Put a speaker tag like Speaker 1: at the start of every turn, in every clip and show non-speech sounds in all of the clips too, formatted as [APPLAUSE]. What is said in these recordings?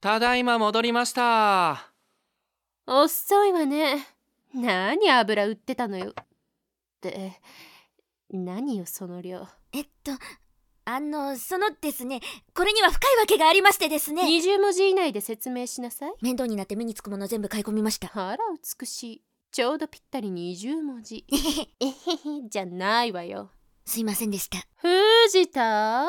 Speaker 1: ただいま戻りました
Speaker 2: 遅いわね何油売ってたのよって何よその量
Speaker 3: えっとあのそのですねこれには深いわけがありましてですね
Speaker 2: 20文字以内で説明しなさい
Speaker 3: 面倒になって目につくもの全部買い込み
Speaker 2: [LAUGHS]
Speaker 3: ました
Speaker 2: あら美しいちょうどぴったり20文字 [LAUGHS] えへへじゃないわよ
Speaker 3: すいませんでした
Speaker 2: 藤田あ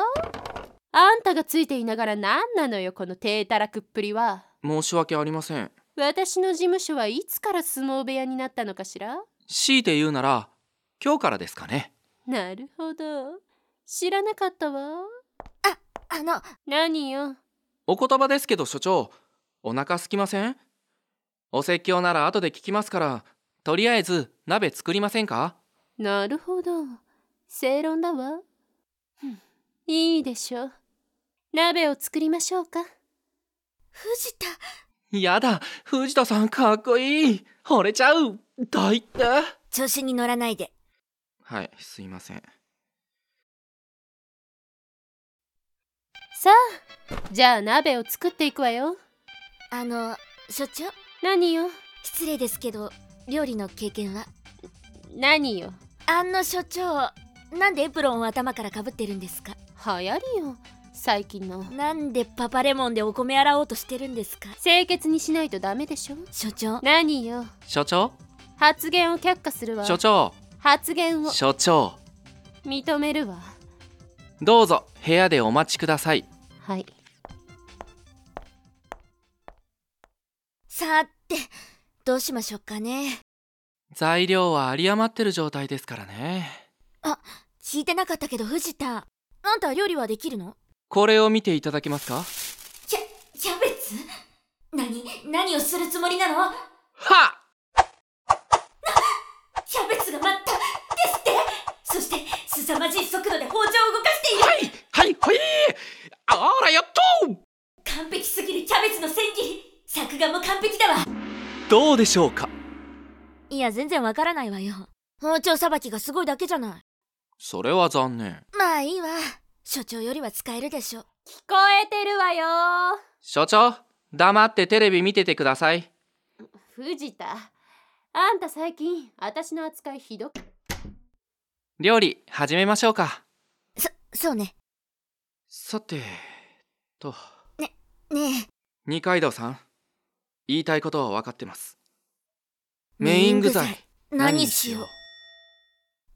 Speaker 2: んたがついていながら何なのよこの低たらくっぷりは
Speaker 1: 申し訳ありません
Speaker 2: 私の事務所はいつから相撲部屋になったのかしら
Speaker 1: 強いて言うなら今日からですかね
Speaker 2: なるほど知らなかったわ
Speaker 3: あの
Speaker 2: 何よ
Speaker 1: お言葉ですけど所長お腹空きませんお説教なら後で聞きますからとりあえず鍋作りませんか
Speaker 2: なるほど正論だわふんいいでしょう鍋を作りましょうか
Speaker 3: 藤田
Speaker 1: やだ藤田さんかっこいい惚れちゃう大って
Speaker 3: 調子に乗らないで
Speaker 1: はいすいません
Speaker 2: さあじゃあ鍋を作っていくわよ
Speaker 3: あの所長
Speaker 2: 何よ
Speaker 3: 失礼ですけど料理の経験は
Speaker 2: 何よ
Speaker 3: あの所長なんでエプロンを頭からかぶってるんですか
Speaker 2: 流行りよ最近の
Speaker 3: なんでパパレモンでお米洗おうとしてるんですか
Speaker 2: 清潔にしないとダメでしょ
Speaker 3: 所長
Speaker 2: 何よ
Speaker 1: 所長
Speaker 2: 発言を却下するわ
Speaker 1: 所長
Speaker 2: 発言を
Speaker 1: 所長
Speaker 2: 認めるわ
Speaker 1: どうぞ部屋でお待ちください
Speaker 2: はい
Speaker 3: さてどうしましょうかね
Speaker 1: 材料は有り余ってる状態ですからね
Speaker 3: 聞いてなかったけど藤田あんた料理はできるの
Speaker 1: これを見ていただけますか
Speaker 3: キャキャベツ何何をするつもりなの
Speaker 1: はっ
Speaker 3: キャベツが待ったですってそして凄まじい速度で包丁を動かしている
Speaker 1: はいはいほいあらやっと
Speaker 3: 完璧すぎるキャベツの千切り作画も完璧だわ
Speaker 1: どうでしょうか
Speaker 3: いや全然わからないわよ包丁さばきがすごいだけじゃない
Speaker 1: それは残念
Speaker 3: まあいいわ所長よりは使えるでしょ
Speaker 2: 聞こえてるわよ
Speaker 1: 所長黙ってテレビ見ててください
Speaker 2: 藤田あんた最近私の扱いひどく
Speaker 1: 料理始めましょうか
Speaker 3: そそうね
Speaker 1: さてと
Speaker 3: ねえ
Speaker 1: 二階堂さん言いたいことは分かってますメイン具材
Speaker 3: 何しよう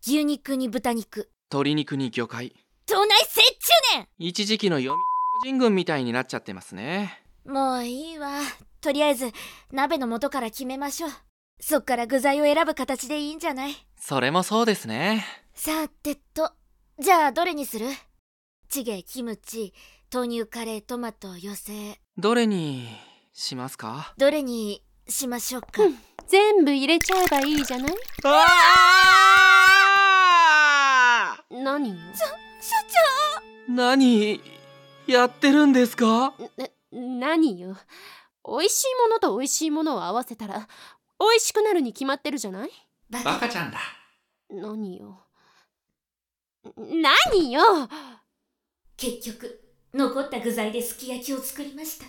Speaker 3: 牛肉に豚肉
Speaker 1: 鶏肉に魚介
Speaker 3: どないせっちゅうね
Speaker 1: 一時期の読み人軍みたいになっちゃってますね
Speaker 3: んもういいわとりあえず鍋の元から決めましょうそっから具材を選ぶ形でいいんじゃない
Speaker 1: それもそうですね
Speaker 3: さてとじゃあどれにするチゲキムチ豆乳カレートマト寄せ
Speaker 1: どれにしますか
Speaker 3: どれにしましょうか、
Speaker 2: 全部入れちゃえばいいじゃない
Speaker 1: ああ
Speaker 2: 何よ
Speaker 3: 所
Speaker 1: 何やってるんですか
Speaker 2: な何よ美味しいものと美味しいものを合わせたら美味しくなるに決まってるじゃない
Speaker 3: 長バカ
Speaker 1: ちゃんだ
Speaker 2: 何よ何よ
Speaker 3: 結局残った具材ですき焼きを作りました